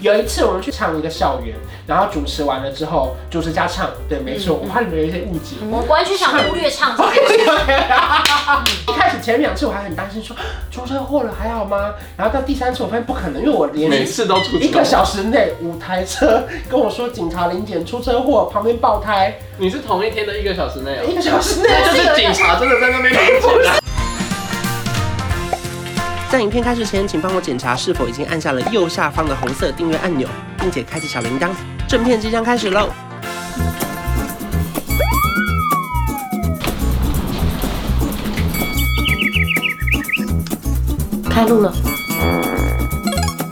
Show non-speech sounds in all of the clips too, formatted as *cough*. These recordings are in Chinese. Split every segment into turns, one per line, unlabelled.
有一次我们去唱一个校园，然后主持完了之后，主持加唱，对，没错，我怕你们有一些误解。 *laughs*
我完全想忽略唱这个。
一开始前两次我还很担心说啊出车祸了还好吗？然后到第三次我发现不可能，因为我连续
每次都出
一个
车祸。
小时内五台车跟我说警察临检出车祸，旁边爆胎，
你是同一天的一个小时内哦、
一个小时内
那 *laughs* 就
就是
是警察真的在那边临检了。
在影片开始前，请帮我检查是否已经按下了右下方的红色订阅按钮，并且开启小铃铛。正片即将开始喽！
开路了，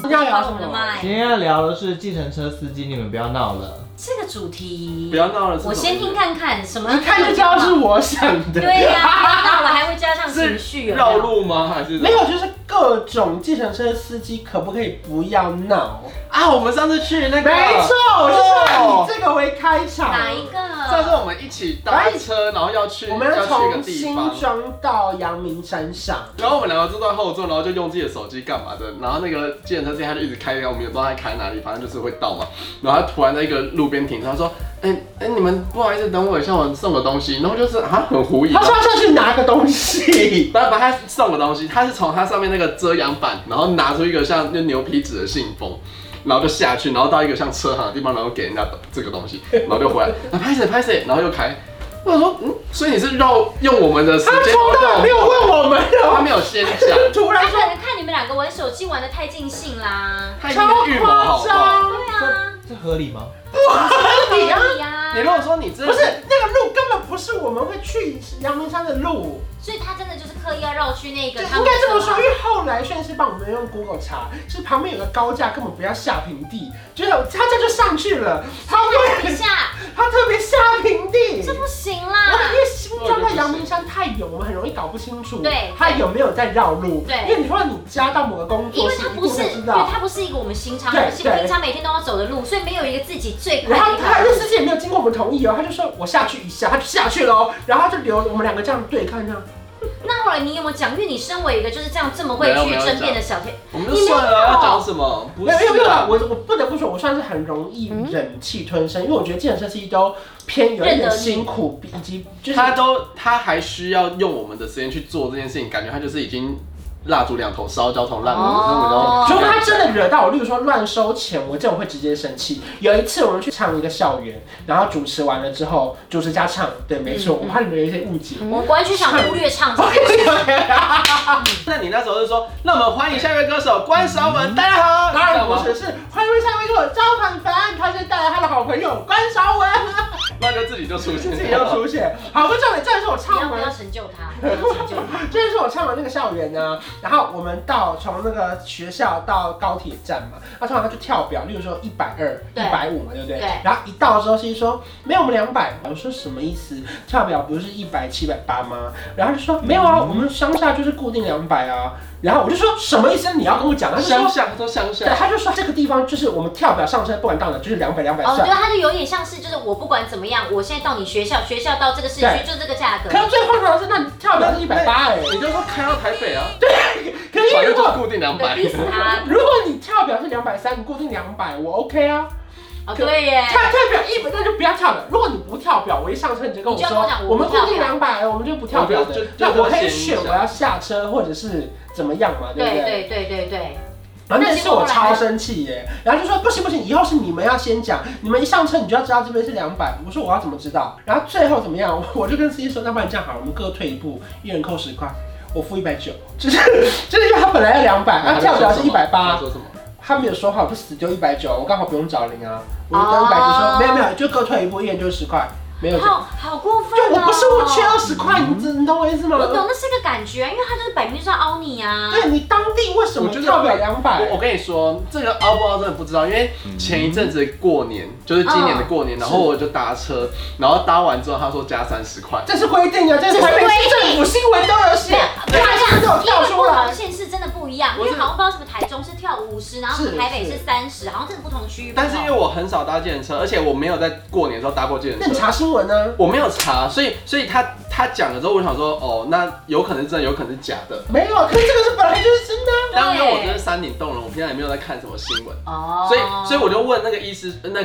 要聊
我
什
的
么？
妈呀！
今天要聊的是计程车司机，你们不要闹了。
这个主题
不要闹了，
我先听。看看什么，
看就知道是我想的。
对
*laughs*
呀、不要闹了还会加上情绪，
是
有
绕
没有？
路吗？还是
没？有，就是各种计程车司机可不可以不要闹？
啊，我们上次去那个，
没错，我
哦
就以这个为开场。
哪一
上次
个？
我们一起搭车，然后要去，
哎我们要
要去一个
从
地
新
方。
庄到阳明山上，
然后我们两个坐在后座，然后就用自己的手机干嘛的。然后那个计程车司机他就一直开，然后我们也不知道他开哪里，反正就是会到嘛。然后他突然在一个路边停车，他说：“哎、哎、你们不好意思，等我一下，我送个东西。”然后就是啊，很狐疑。
他
然
说
后
他上去拿个东西。
然后把他送的东西，他是从他上面那个遮阳板，然后拿出一个像就牛皮纸的信封，然后就下去，然后到一个像车行的地方，然后给人家这个东西，然后就回来，啊拍谁拍谁，然后又开。我想说，嗯，所以你是绕用我们的时
他
间，
冲到没有问我们
他
哦，
没有先讲。
突
他
然
可
说
能看你们两个玩手机玩的太尽
*laughs*
兴啦。
他已经
超
哎预谋好
夸
了。
张，
对啊，
这合理吗？
合理啊！
可以呀
你。如果说你真
不
的
是那个路根本不是我们会去阳明山的路，
所以他真的就是刻意要绕去那
就
个。
应该这么说，因。为后来炫是帮我们用 Google 查，是旁边有个高架，根本不要下平地，就是他这就上去了，他
等一
*laughs*
为
下，
他特别下平地。
这不行
然后
啦
因。为新庄到阳明山太远，我们很容易搞不清楚，
对
他有没有在绕路，
对
因为你说你家到某个工作
因为
室，
它
你
不是，
会知
因为
道，
它不是一个我们平常
对
是
对
平常每天都要走的路，所以没有一个自己最快
然后
的一
他
条
这
路。
司机也没有经过我们同意哦，他就说我下去一下，他就下去喽，然后他就留我们两个这样对看这样，
那后来你有没有讲？因为你身为一个就是这样这么会
没有
去
没有
争辩
讲
的小天，
我们就算了，啊要讲什么？不
没有没有没
是
有，
啊，
我我不得不说，我算是很容易忍气吞声，因为我觉得计程车司机都偏有一
认
点
得你
辛苦，以及就是
他都他还需要用我们的时间去做这件事情，感觉他就是已经蜡烛两头烧，焦头烂额，
哦
那
除
种
非
感
他
觉。
真的惹到我，例如说乱收钱，我这种会直接生气。有一次我们去唱一个校园，然后主持完了之后，主持家唱，对，没错，我怕你们有一些误解。
我完全想忽略唱这个。
那你那时候就说，那我们欢迎下一位歌手关韶文，大家好。
当然不
是，
是，是欢迎下一位我赵凡凡，他是带来他的好朋友关韶文，
那就自己就出现，
自己又
啊
出现。好，不重点，这是我
你要
唱
不
完
要成就他？哦不要成就他。
这就是我唱完那个校园呢、然后我们到从那个学校到高铁站嘛，那通常他就跳表，例如说一百二、
对
一百五嘛，对不对？
对
然后一到的时候，司机说没有，我们两百。我说什么意思？跳表不是一百、七百八吗？然后他就说没有啊，我们乡下就是固定两百啊。然后我就说什么意思？你要跟我讲？他就
乡
说。
下，他说乡
对，
下，
他就说这个地方就是我们跳表上车，不管到哪就是两百两百
哦，
算
对，。他就有点像是，就是我不管怎么样，我现在到你学校，学校到这个市
对
区，就这个价格
可。是最荒唐的是，那你跳表是一百八哎，
你就说开到台北啊，
可是因
反
为
正
如
就
果
固定两
对，
百。
逼死他。
如果你跳表是两百三，你固定两百，我 OK 啊。
哦，对耶。
跳跳表一百，那就不要跳了。如果你不跳表，我一上车你就跟我
你就跟
说
我讲，
我
我
们
不
固
跳表
定两百，哎我们就不跳表
我就
的
就。
那
就
我可以
先
选
讲
我要下车或者是怎么样嘛，对不
对
对？
对对对对。
然后那次我超生气耶，然后就说不行不行，以后是你们要先讲，你们一上车你就要知道这边是两百。我说我要怎么知道？然后最后怎么样？ *laughs* 我就跟司机说，那不然这样好了，我们各退一步，一人扣十块。我付一百九，就是就是因为他本来要两百，他跳表是一百八
他，说什么？
他没有说好，就死丢一百九，我刚好不用找零啊，我就丢
哦
一百九说没有没有，就各退一步，一人就十块，没有。
好好过分
就
哦！
我不是我缺二十块，你知你懂我意思吗
我？懂，那是个感觉，啊因为他就是摆明就是要凹你啊。
对你当地为什么
我觉得
跳表两百
我？我跟你说，这个凹不凹真的不知道，因为前一阵子过年，就是今年的过年，然后我就搭车，然后搭完之后他说加三十块，
这是规定啊，这是台北市政府新闻都有写，
没有，
大家都有
因
跳
为
出
不同
来
的。县市真的不一样，因
我是
为好像不知道什么台中是跳五十，然后
是
台北是
是
三十，好像这个不同区域不同。
但是因为我很少搭计程车，而且我没有在过年的时候搭过计程
那你
车，
查新闻呢？啊
我没有查，所以所以他他讲了之后，我想说，哦，那有可能是真的，有可能是假的。
没有，啊可是这个是本来就是真的啊。
*laughs* 但因为我真的山顶洞人，我平常也没有在看什么新闻，
哦，
所以所以我就问那个医师，那个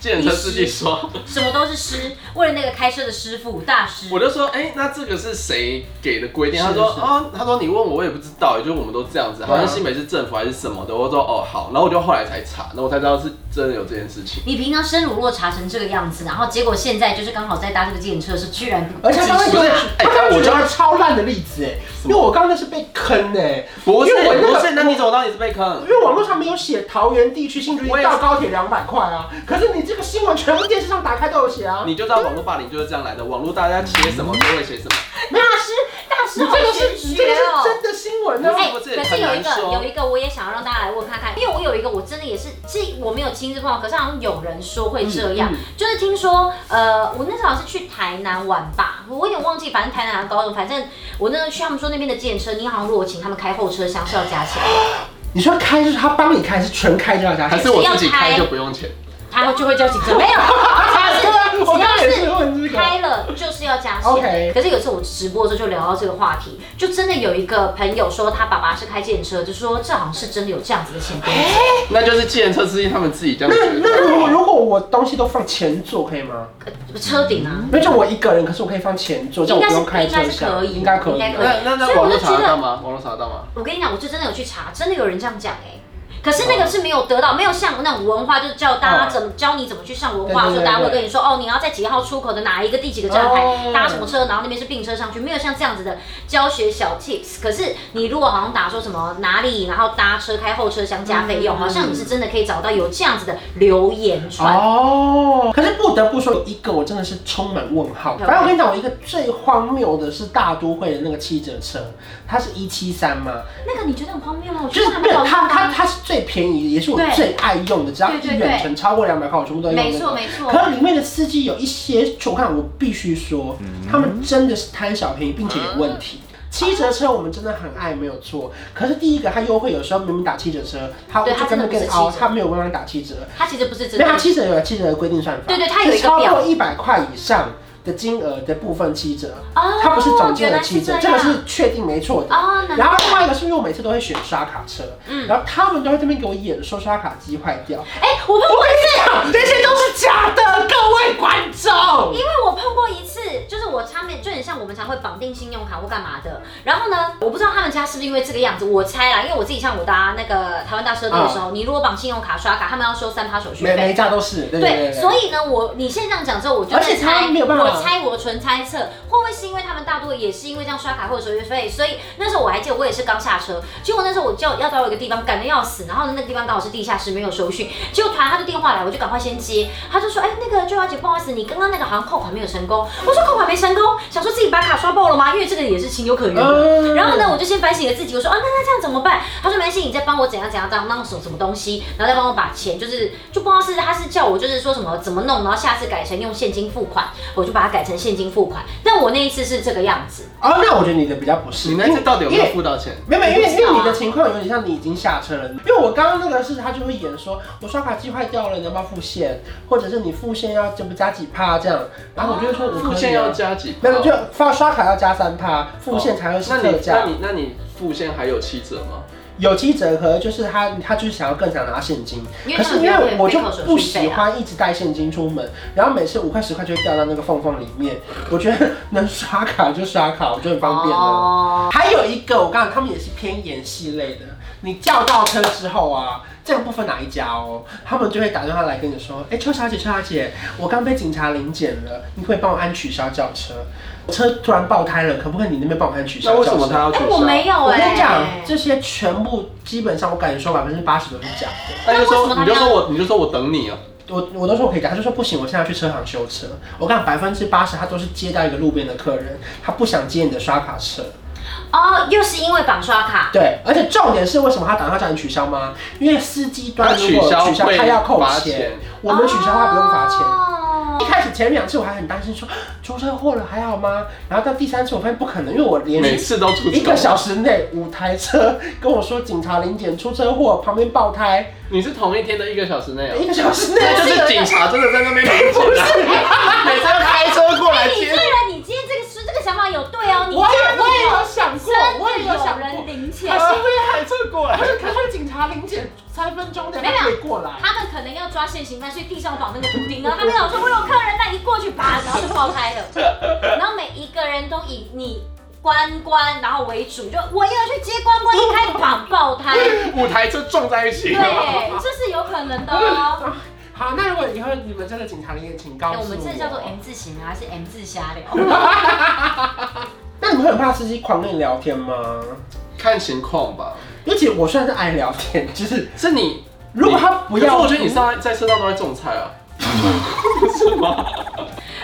计程车司机说，
什么都是师，为了那个开车的师傅大师，
我就说，哎、那这个是谁给的规定？
是
他说，
是
哦，他说你问我，我也不知道，就是我们都这样子，好像新北市政府还是什么的。我说，哦，好，然后我就后来才查，那我才知道是真的有这件事情。
你平常生乳落茶成这个样子，然后结果现在就是刚好在搭这个计程车是居然不
而且他会
及
觉
时
得
啊，
他
哎
会
我
觉
觉
得
得
超烂的例子哎，因为我刚刚那是被坑哎，
不是
因为我那
不
个
是，那你怎么知道你是被坑
因？为网络上没有写桃园地区新竹
我
一
也是
到高铁两百块啊，可是你这个新闻全部电视上打开都有写啊，
你就知道网络霸凌就是这样来的，网络大家写什么都会写什么。
没有啊，是
大
你
师
这
好
个
玄
是你这
学
个是
哦。
真的新闻啊，
哎、
不是
可是
很
有一
难
个
说
有一个，我也想要让大家来问看看，因为我有一个我真的也是，这我没有亲自碰到，可是好像有人说会这样，
嗯嗯
就是听说，呃，我那时候好像是去台南玩吧，我有点忘记，反正台南还是高中，反正我那时候去他们说那边的计程车，你好像如果请他们开后车厢是要加钱，
你说开就是他帮你开，是全开就要加
还
哎
钱？
是我自己开就不用钱？
他们就会叫警车，没有，只要是
*laughs* 我刚刚也
只
是
要
问这
是
个。
开了就是要加钱。
OK
可是有次我直播的时候就聊到这个话题，就真的有一个朋友说他爸爸是开计程车，就说这好像是真的有这样子的潜规则。
那就是计程车司机他们自己这样
那
觉得。
那如果如果我东西都放前座可以吗？
呃车顶啊，
没有，就我一个人，可是我可以放前座，这样我不用开车厢，
应该是可以
应该
应该
可
可
以
以。
那
所
那那
以我
网
就
络
觉
查
得
得到吗？网络查得到吗？
我跟你讲，我就真的有去查，真的有人这样讲哎、可是那个是没有得到，没有像那种文化，就是教大家
哦
怎么教你怎么去上文化，
对对对
说大家会跟你说哦，你要在几号出口的哪一个第几个站
哦
牌搭什么车，然后那边是并车上去，没有像这样子的教学小 tips。可是你如果好像打说什么哪里，然后搭车开后车厢加费用，好像你是真的可以找到有这样子的留言传。
哦，可是不得不说，有一个我真的是充满问号。
OK
反正我跟你讲，我一个最荒谬的是大都会的那个七折车，它是一七三吗？
那个你觉得很荒谬吗？我觉
就
得
是
还
没
蛮
有
好
它
看的
它
啊。
它是最便宜，也是我
对
最爱用的，只要
对对
一远
对
程超过两百块，我全部都会用、那
没
个
错没错。
可是里面的司机有一些，我看我必须说，他们真的是贪小便宜，并且有问
嗯
题。七折车我们真的很爱，没有错。可是第一个，它优惠有时候明明打七折车，它
对
就
它
根
真的
本
不是
跟你凹，
七折
它没有办法打七折。
它其实不是真
没有，它
的，
七折有七折的规定算法，
对对它有一个
是超
表
过一百块以上的金额的部分七折，
哦
它不是总金
原
额
来是
七折，
这
这个
样
是确定没错的。
哦，难怪
然后另外一个是因为我每次都会选刷卡车，
嗯
然后他们都会这边给我演说刷卡机坏掉，
哎、我碰
我
过
跟
一
你
次，
讲，这些都是假的，各位观众。
因为我碰过一次，就是我他们就很像我们常会绑定信用卡或干嘛的。然后呢，我不知道他们家是不是因为这个样子，我猜啦，因为我自己像我搭那个台湾大车队的时候，你如果绑信用卡刷卡，他们要收三趴手续
每每
费
一。家都是，对
对，所
以
以呢，我你现在这样讲之后，我就
而且
在
他
猜，
没有办法
我猜我纯猜测，会不会是因为他们大多也是因为这样刷卡或者手续费，所以那时候我还记得我也是刚下车，结果那时候我就要到一个地方赶得要死，然后那个地方刚好是地下室没有收讯，结果突然他的电话来，我就赶快先接，他就说，哎、那个周小姐，不好意思，你刚刚那个好像扣款没有成功，我说扣款没成功，想说自己把卡刷爆了吗？因为这个也是情有可
*laughs*
原的。
嗯
然后呢，我就先反省了自己，我说啊，那那这样怎么办？他说没关系，你再帮我怎样怎样怎样弄什么什么东西，然后再帮我把钱，就是就不知道是他是叫我就是说什么怎么弄，然后下次改成用现金付款，我就把它改成现金付款。但我那一次是这个样子，
哦，那我觉得你的比较不是，
你那次到底有没
因
有
为
付到钱？
没有，没有因为因
我
为
不知道啊
你的情况有点像你已经下车了，因为我刚刚那个是他就会演说，我刷卡机坏掉了，你要不要付现，或者是你付现要这不加几趴这样，然后我就会说我
付
可
现
以
要
啊，
加几趴？哦
没有就刷刷卡要加三趴，付现才会是
那
特
你那
价，
你那你付现还有七折吗？
有七折，可能就是他他就是想要更想拿现金，
因为
可
他
是
们
因为我就
扣手
不
续费
喜
啊。
欢一直带现金出门，然后每次五块十块就会掉到那个缝缝里面，我觉得能刷卡就刷卡，我就很方便了。
哦，
还有一个，我告诉你，他们也是偏演戏类的。你叫到车之后啊，这个不分哪一家哦，他们就会打电话来跟你说，哎、邱小姐，邱小姐，我刚被警察临检了，你可不可以帮我按取消轿车，车突然爆胎了，可不可以你那边帮我按取消轿
那
车？
为什么他要取
哎、
消？
我没有
我
哎、
跟你讲，这些全部基本上，我敢说百分之八十都是假的。
他就
那为什么
说
他
你
们要
就说我你就说我等你啊。
我我都说我可以讲，他就说不行，我现在要去车行修车。我看百分之八十他都是接到一个路边的客人，他不想接你的刷卡车。
哦，又是因为绑刷卡，
对，而且重点是为什么他打电话叫你取消吗？因为司机端
他
如果取消，
会
他要扣
罚
钱，。我们取消他不用罚钱。
哦
一开始前两次我还很担心说出车祸了还好吗？然后到第三次我发现不可能，因为我连
每
续
次都出
一个
车祸。
小时内五台车跟我说警察临检出车祸，旁边爆胎，
你是同一天的一个小时内啊？
一个小时内
那就是警 *laughs* 察真的在那边临检啊，每次都开车过来
哎你
接
对。了，你今天这个是这个想有对哦，你
我
家
也
如
我也有
果
想过，我也
真
有
的有
想过
人，领钱
可，是因为
海测过
不
来，
是，可是警察临检三分钟才
没有
可以过来。
他们可能要抓现行犯，所以地上绑那个图钉，然后他们想说我有客人，那一过去拔，然后就爆开了。然后每一个人都以你关关然后为主，就我要去接关关，一开绑爆胎，
*laughs* 五台车撞在一
*laughs*
起。
对，这是有可能的哦。
好，那如果以后你们真的警察临检，请告
哎
诉
我们这叫做
我
M 字形啊，还是 M 字瞎聊？
那你们会很怕司机狂跟你聊天吗？
看情况吧。
尤其我虽然是爱聊天，就是
是你，
如果他不
可
要，
是我觉得你上在车上都在种菜
*laughs*
啊， *laughs* 是吗？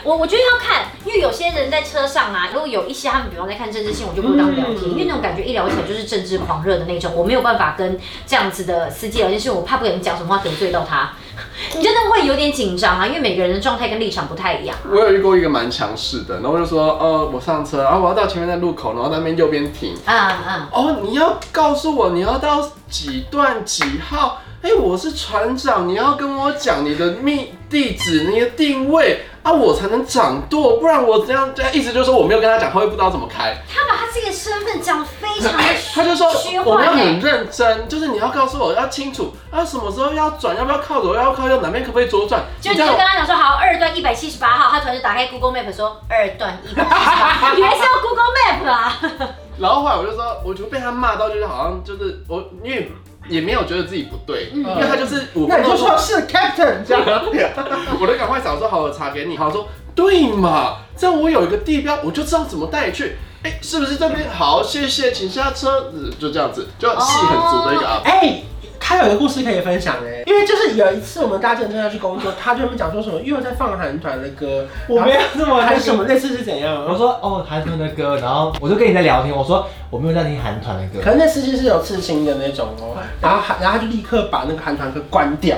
我我觉得要看，因为有些人在车上啊，如果有一些他们比方在看政治新闻，我就不当聊天，
嗯
因为那种感觉一聊起来就是政治狂热的那种，我没有办法跟这样子的司机聊天，是因为我怕不小心讲什么话得罪到他， *laughs* 你真的会有点紧张啊，因为每个人的状态跟立场不太一样。
我有遇过一个蛮强势的，然后我就说，呃，我上车，然后我要到前面的路口，然后那边右边停。
啊啊，
哦，你要告诉我你要到几段几号？哎、我是船长，你要跟我讲你的密地址、你的定位啊，我才能掌舵，不然我这样这样，意思就是说我没有跟他讲，他会不知道怎么
*laughs*
开。
他把他自己的身份讲得非常的
哎他就说
虚
我
幻
们要
欸
很认真，就是你要告诉我要清楚，啊什么时候要转，要不要靠左，要不要靠右，哪边可不可以左转？
就
你
你
这
就
样
跟他讲说好，二段一百七十八号，他突然就打开 Google Map 说二段一百七十 *laughs* 八，原来是要 Google Map 啊。 *laughs*
然后后来我就说，我就被他骂到，就是好像就是我，因为也没有觉得自己不对，
嗯
因为他就是我
那
跟
你
他
就
说
说，是 Captain 这样。
*laughs* 我就赶快找说好，我查给你，好说对嘛，这样我有一个地标，我就知道怎么带你去。哎，是不是这边好？谢谢，请下车。嗯就这样子，就戏很足的一个阿伯。
哎、他有一个故事可以分享哎、因为就是有一次我们搭建正要去工作，他就跟我们讲说什么，因为我在放韩团的歌，
我没有这么
还
那
是什
个。
么类似是怎
我
样？
说哦，韩团的歌，然后我就跟你在聊天，我说我没有在听韩团的
可
歌，
能那司机是有刺青的那种哦、然后他然后他就立刻把那个韩团歌关掉。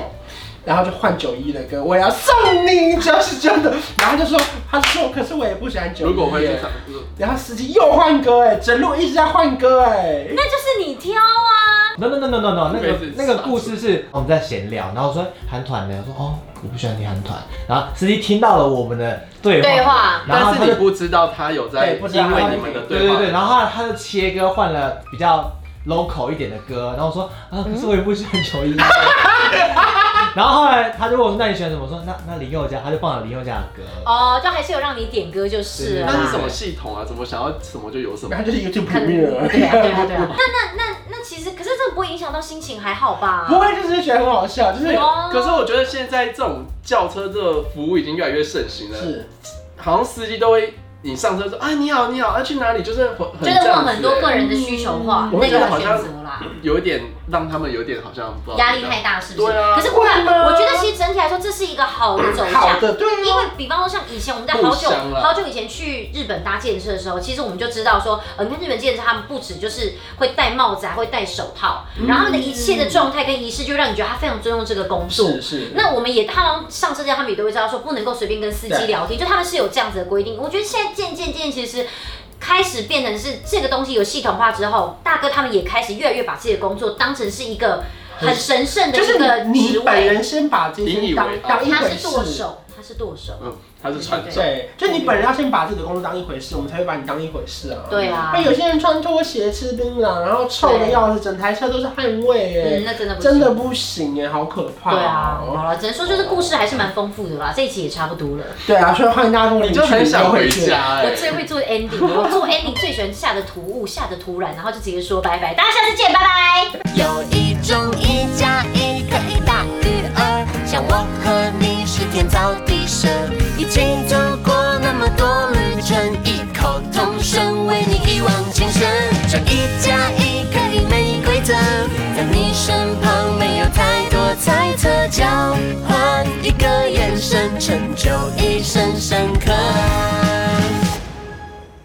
然后就换九一的歌，我要送你，就是真的。然后他就说，他说，可是我也不喜欢九一。
如果我会去唱，
然后司机又换歌，哎，整路一直在换歌，哎。
那就是你挑啊。
no no no no no no，那个
你可以自己
那个故事是我们在闲聊，然后我说韩团的，我说哦，我不喜欢听韩团，然后司机听到了我们的对话，
对话
然后
但
他
是
就
你不知道他有在
对不知道
因为你们的
对
对
对
话
对，然后他他就切歌换了比较 local 一点的歌，然后我说啊，可是我也不喜欢球衣。然后后来他就问我说：“那你喜欢什么？”我说：“那那林宥嘉。”他就放了林宥嘉的歌。
哦，就还是有让你点歌就是了啦。
那是什么系统啊？怎么想要什么就有什么
然。后就是 YouTube
可能
Premiere，
对啊，对啊，对啊。 *laughs* 那那那那其实，可是这不会影响到心情，还好吧？
不会就是觉得很好笑，就是
哦
可是我觉得现在这种轿车这个服务已经越来越盛行了，
是
好像司机都会，你上车说啊你好你好，啊去哪里就是很很
就
这
是
样
问
子
很多个人的需求化，那个的选择啦，
有一点让他们有点好像不知道
压力太大是不是？
对啊
可是不
会吗
我觉得其实整体来说，这是一个好的走
好
向。
的，对
因
啊
为。比方说，像以前我们在好久
互相啦
好久以前去日本搭建车的时候，其实我们就知道说，呃，你看日本建车，他们不止就是会戴帽子，还啊会戴手套，
嗯
然后他们的一切的状态跟仪式，就让你觉得他非常尊重这个工作。
是是，
那我们也，他们上车之前，他们也都会知道说不能够随便跟司机
对
聊天，就他们是有这样子的规定。我觉得现在渐渐渐其实。开始变成是这个东西有系统化之后，大哥他们也开始越来越把自己的工作当成是一个很神圣的
就
一
是
个
你
职
你本
位。哦
人先把这
引
些
以
当
为傲
当一
他
回
是剁
事，
手，他是剁手。
嗯，他是船长，
对，就你本人要先把自己的工作当一回事，我们才会把你当一回事啊。
对啊
那，有些人穿拖鞋吃槟榔，然后臭的
对
要死，整台车都是汗味，
嗯，那真的
哎，
不
真的
行。
不行哎，好可怕。哦
对啊，好，了，只能说就是故事还是蛮丰富的啦，这一期也差不多了。
对啊，所以欢迎大家跟我
你
们
就很想回
去。
家哎
我。最会做 ending，了我做 ending 最喜欢下的突兀，下的突然，然后就直接说拜拜，大家下次见，拜拜。
有一种一加一可以大于二，像我和你是天造地设，一起做